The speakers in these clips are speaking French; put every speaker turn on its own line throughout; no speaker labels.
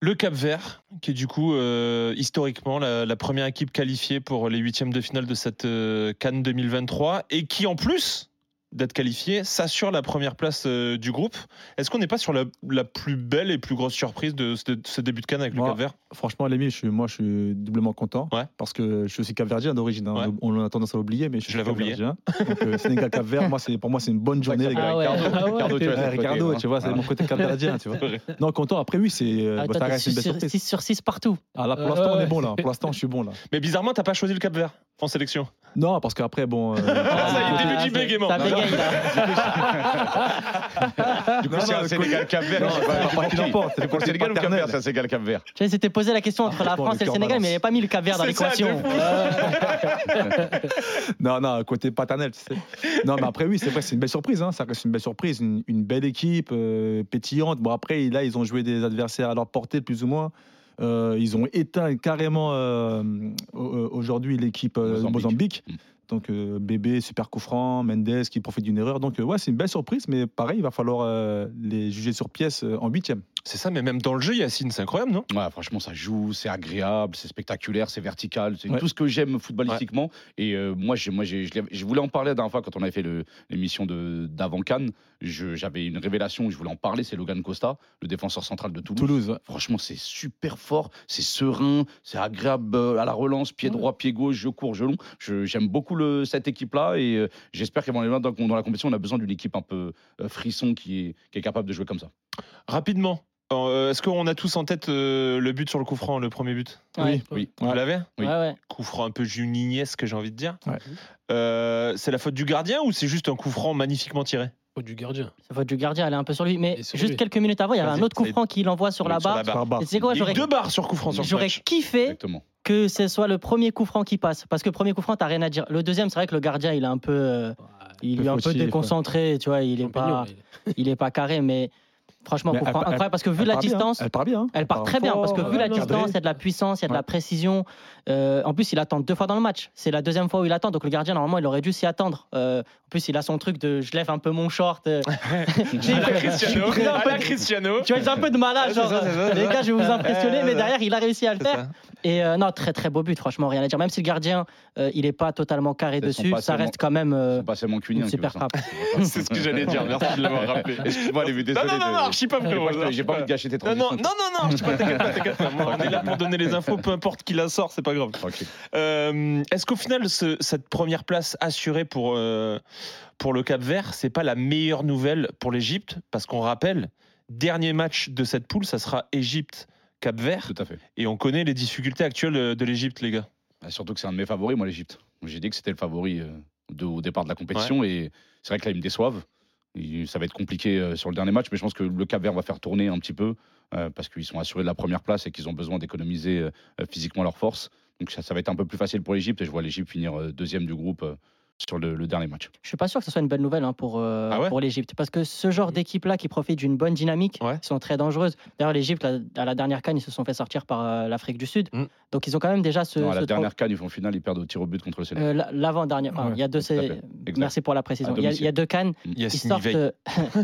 Le Cap Vert, qui est du coup euh, historiquement la, la première équipe qualifiée pour les huitièmes de finale de cette euh, Cannes 2023 et qui en plus d'être qualifiée s'assure la première place euh, du groupe. Est-ce qu'on n'est pas sur la, la plus belle et plus grosse surprise de ce, de ce début de Cannes avec le
Moi,
Cap Vert
Franchement, Lémi, je suis, moi, je suis doublement content.
Ouais.
Parce que je suis aussi capverdien d'origine. hein.
Ouais.
On a tendance à l'oublier, mais je,
Je
suis
l'avais oublié.
capverdien. Donc, euh, Sénégal Cap Vert, moi, c'est, pour moi, c'est une bonne journée, les gars.
Ah ouais. Ah ouais.
Ricardo, tu
Ouais,
vois, c'est le côté,
Ricardo,
voilà.
tu vois, c'est mon côté capverdien, tu vois. Non, content. Après, oui, c'est. euh,
Ah,
bah,
toi,
ça
t'es
reste une
six
belle
sur-
surprise.
6 sur 6 partout.
Ah, là, pour
Ouais,
l'instant, on
ouais.
est bon, là. Pour l'instant, je suis bon, là.
Mais bizarrement, t'as pas choisi le Cap Vert en sélection.
Non, parce qu'après, bon. euh,
ça y est,
Ah,
début du
ça-
bégaiement.
ça
Non,
bégaye, là.
Du coup,
Non,
c'est
non,
un
le
Sénégal Cap Vert.
Non,
je sais
c'est
pas,
pas
c'est pour
qui
qui
l'emporte,
C'est pour le
c'est
Sénégal ou Cap
paternel.
Vert C'est un Sénégal Cap Vert.
Tu vois, C'était posé la question entre
Ah,
la
bon,
France
le
et le
cœur
Sénégal,
balance.
mais il n'y avait pas mis le Cap Vert dans
C'est ça,
l'équation.
de fou.
Ouais.
Non, non, côté paternel, tu sais. Non, mais après, oui, c'est vrai, c'est une belle surprise. Hein. Ça reste une belle surprise, une, une belle équipe euh, pétillante. Bon, après, là, ils ont joué des adversaires à leur portée, plus ou moins. Euh, ils ont éteint carrément euh, euh, aujourd'hui l'équipe euh,
Mozambique.
Mozambique.
Mm.
Donc, euh, Bébé, super coup franc, Mendes qui profite d'une erreur. Donc, euh, ouais, c'est une belle surprise, mais pareil, il va falloir euh, les juger sur pièce euh, en huitième.
C'est ça, mais même dans le jeu, Yacine, c'est incroyable, non
Ouais, franchement, ça joue, c'est agréable, c'est spectaculaire, c'est vertical, c'est
Ouais.
tout ce que j'aime footballistiquement. Et euh, moi, j'ai- moi j'ai- je l'ai- je voulais en parler la dernière fois quand on avait fait le- l'émission de- d'avant Cannes. Je- J'avais une révélation, je voulais en parler, c'est Logan Costa, le défenseur central de Toulouse.
Toulouse, ouais.
Franchement, c'est super fort, c'est serein, c'est agréable euh, à la relance, pied droit, pied gauche, je cours, je long. Je- J'aime beaucoup le- cette équipe-là et euh, j'espère qu'avant les loin dans, dans la compétition, on a besoin d'une équipe un peu euh, frisson qui est, qui est capable de jouer comme ça.
Rapidement, euh, est-ce qu'on a tous en tête euh, le but sur le coup franc, le premier but
Ouais.
oui.
Vous
Ouais.
l'avez
Oui.
Ouais, ouais.
coup franc un peu que j'ai envie de dire.
Ouais.
Euh, c'est la faute du gardien ou c'est juste un coup franc magnifiquement tiré
Faute du gardien.
Ça va du gardien, elle est un peu sur lui. Mais
Et sur
juste
lui.
quelques minutes avant, il y avait
Vas-y,
un autre coup
c'est-
franc qu'il envoie sur la barre.
Par barre.
Et c'est
Il y
quoi
a eu
J'aurais
deux barres sur coup franc sur ce
j'aurais
match.
kiffé
Exactement.
que ce soit le premier coup franc qui passe. Parce que premier coup franc, t'as rien à dire. Le deuxième, c'est vrai que le gardien, il est un peu, euh, il
peu
est un peu
fautif, ouais.
déconcentré. Tu vois, il est
Champignon,
pas, il est pas carré. Mais franchement,
Mais
coup
elle
franc
pa- elle-
incroyable parce que vu
Elle
la
part bien, hein.
distance.
Elle part bien. hein.
Elle part très bien parce que
fort,
vu la
elle est
distance, il y
cadrée.
a de la puissance, il y a de
Ouais.
la précision. Euh, en plus, il attend deux fois dans le match. C'est la deuxième fois où il attend. Donc le gardien, normalement, il aurait dû s'y attendre. Euh, en plus, il a son truc de je lève un peu mon short. euh. Tu sais, il fait-
Cristiano,
je suis pris un peu
à la
de-
Cristiano.
Tu vois, il est un peu de malade.
Ouais, c'est
Genre, euh,
ça, c'est ça, c'est
les
ça.
gars, je vais vous impressionner.
Ouais,
mais
ouais,
derrière, il a réussi à le
C'est
faire.
ça.
Et euh, non, très très beau but, franchement, rien à dire. Même si le gardien, euh, il n'est pas totalement carré
Elles sont
dessus,
pas
ça
seulement-
reste quand même euh,
C'est pas seulement
une
Cunien qui veut
super
ça.
frappe.
C'est ce que j'allais dire. Merci de l'avoir rappelé.
Excuse-moi, les
Non,
vues, désolé.
non, non, non, archi pas,
J'ai
frérot.
pas- J'ai pas envie de gâcher tes
Non, non,
transitions.
non, non, non, je sais pas, t'inquiète pas, t'inquiète pas. Moi, on est là pour donner les infos, peu importe qui la sort, c'est pas grave.
Tranquille.
Euh, Est-ce qu'au final, ce- cette première place assurée pour, euh, pour le Cap Vert, c'est pas la meilleure nouvelle pour l'Égypte Parce qu'on rappelle, dernier match de cette poule, ça sera Égypte-Cap Vert.
Tout à fait.
Et on connaît les difficultés actuelles de l'Égypte, les gars.
Bah, Surtout que c'est un de mes favoris, moi, l'Égypte. J'ai dit que c'était le favori euh, de- au départ de la compétition et c'est vrai que là, ils me déçoivent. Il- Ça va être compliqué euh, sur le dernier match, mais je pense que le Cap Vert va faire tourner un petit peu euh, parce qu'ils sont assurés de la première place et qu'ils ont besoin d'économiser euh, euh, physiquement leurs forces. Donc ça, ça va être un peu plus facile pour l'Égypte et je vois l'Égypte finir euh, deuxième du groupe euh, sur le, le dernier match.
Je suis pas sûr que ce soit une bonne nouvelle hein, pour, euh,
Ah ouais
pour l'Égypte. Parce que ce genre d'équipe-là qui profite d'une bonne dynamique,
Ouais.
ils sont très dangereuses. D'ailleurs, l'Égypte, là, à la dernière canne, ils se sont fait sortir par euh, l'Afrique du Sud.
Mm.
Donc ils ont quand même déjà ce.
Non, à
ce
la
tro-
dernière canne, ils font finale, ils perdent au tir au but contre le Sénégal.
euh, la- L'avant-dernière. Enfin,
Ouais,
il y a deux.
tout à
c'est-
fait. Exact.
Merci pour la précision.
À
Il y, a, il y a
domicile.
deux cannes. Ils
Yacine
sortent.
Veil.
euh,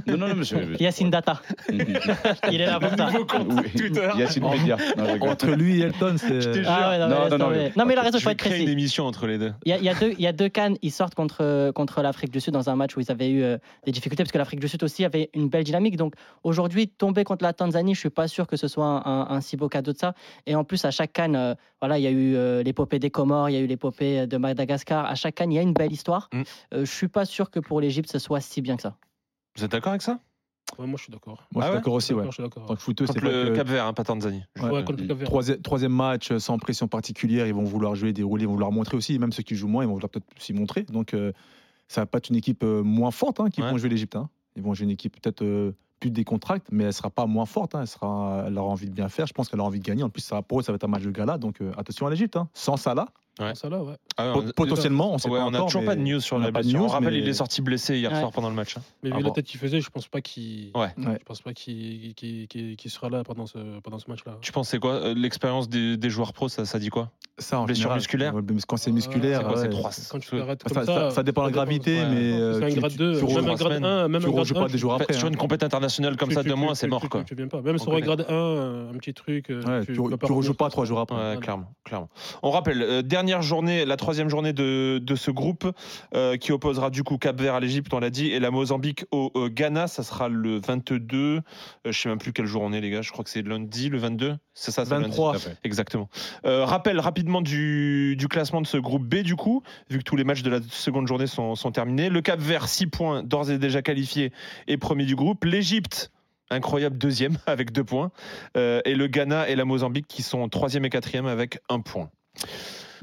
Non, non, non, monsieur.
Yacine Data. Il est là pour ça.
euh,
Oui.
Twitter.
Yacine Média. Non, je rigole.
Entre lui et Elton, c'est.
Ah ouais, non, mais
Non,
laisse
non, non,
tomber.
mais-
Non, mais il a raison,
Je
faut
vais
être
créer
précis.
une émission entre les deux.
Il y, a- il y a deux- il y a deux cannes, ils sortent contre, contre l'Afrique du Sud dans un match où ils avaient eu euh, des difficultés, parce que l'Afrique du Sud aussi avait une belle dynamique. Donc aujourd'hui, tomber contre la Tanzanie, je suis pas sûr que ce soit un, un- un si beau cadeau de ça. Et en plus, à chaque canne, euh, voilà, il y a eu euh, l'épopée des Comores, il y a eu l'épopée de Madagascar. À chaque canne, il y a une belle histoire.
Mm.
Euh, je suis pas sûr que pour l'Égypte, ce soit si bien que ça.
Vous êtes d'accord avec ça
Ouais, moi, je suis d'accord.
euh, Moi,
Ah ouais
je suis d'accord
Je
aussi,
suis
ouais.
d'accord, je suis d'accord.
Tant que footeux, c'est
Contre
pas
le
que-
Cap Vert, hein, pas Tanzanie.
Ouais.
Ouais, contre le Cap Vert.
Troisième, troisième match euh, sans pression particulière, ils vont vouloir jouer, dérouler, ils vont vouloir montrer aussi. Et Même ceux qui jouent moins, ils vont vouloir peut-être s'y montrer. Donc, euh, ça va pas être une équipe euh, moins forte hein, qui
Ouais.
vont jouer l'Égypte. hein. Ils vont jouer une équipe peut-être euh, plus décontracte, mais elle sera pas moins forte. hein. Elle, sera, elle aura envie de bien faire. Je pense qu'elle aura envie de gagner. En plus, ça, pour eux, ça va être un match de gala. Donc, euh, attention à l'Égypte. hein. Sans Salah,
Ouais.
Ça là, ouais.
Ah,
Pot- Potentiellement, on sait
ouais,
pas
on n'a
encore,
toujours pas de
mais-
news sur
on
la
n'a pas de
blessure. on
news,
rappelle,
mais-
il est sorti blessé hier
Ouais.
soir pendant le match. hein.
Mais
Ah
vu
bon.
la tête qu'il faisait, je pense pas qu'il.
Ouais.
Ouais.
Je pense pas qu'il qu'il- qu'il- qu'il sera là pendant ce, pendant ce match-là.
Tu penses c'est quoi euh, L'expérience des, des joueurs pros, ça, ça dit quoi
Ça, en
Blessure
général,
musculaire
ouais, mais Quand c'est
Ouais,
musculaire,
C'est quoi C'est
ouais.
3
Quand tu t'arrêtes
Ah, Ça-
comme ça,
ça- ça dépend de la gravité,
ouais.
mais.
C'est
euh,
un
tu-
grade
tu-
2,
tu
rejoues
même
trois
un
rejoues-
grade
semaines.
1, même
tu
un grade
rejoues pas
1.
des jours
Fait,
après.
Sur
hein.
une compétition internationale comme
tu-
ça,
tu-
deux
tu-
mois,
tu-
c'est
tu-
mort
tu-
quoi.
Tu viens pas. Même
On
sur un
connaît.
grade 1, un petit truc. euh,
Ouais, Tu
peux pas
tu rejoues
revenir
pas
sur
trois
ça.
jours après.
Ouais,
Voilà.
clairement, clairement. On rappelle, euh, dernière journée, la troisième journée de, de ce groupe euh, qui opposera du coup Cap Vert à l'Égypte, on l'a dit, et la Mozambique au euh, Ghana, ça sera le 22. euh, je sais même plus quel jour on est, les gars, je crois que c'est lundi, le 22. C'est ça, c'est le lundi.
23.
Tout à fait.
Exactement. Euh, rappel rapidement du, du classement de ce groupe B, du coup, vu que tous les matchs de la seconde journée sont, sont terminés. Le Cap Vert, 6 points, d'ores et déjà qualifié et premier du groupe. L'Égypte, incroyable, deuxième avec 2 points. Euh, et le Ghana et la Mozambique qui sont troisième et quatrième avec 1 point.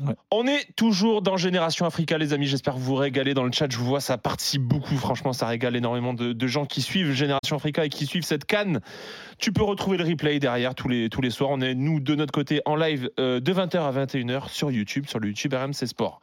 Ouais.
On est toujours dans Génération Africa, les amis. J'espère que vous vous régalez dans le chat. Je vous vois, ça participe beaucoup. Franchement, ça régale énormément de, de gens qui suivent Génération Africa et qui suivent cette canne. Tu peux retrouver le replay derrière tous les, tous les soirs. On est, nous, de notre côté, en live euh, de 20h à 21h sur YouTube, sur le YouTube RMC Sport.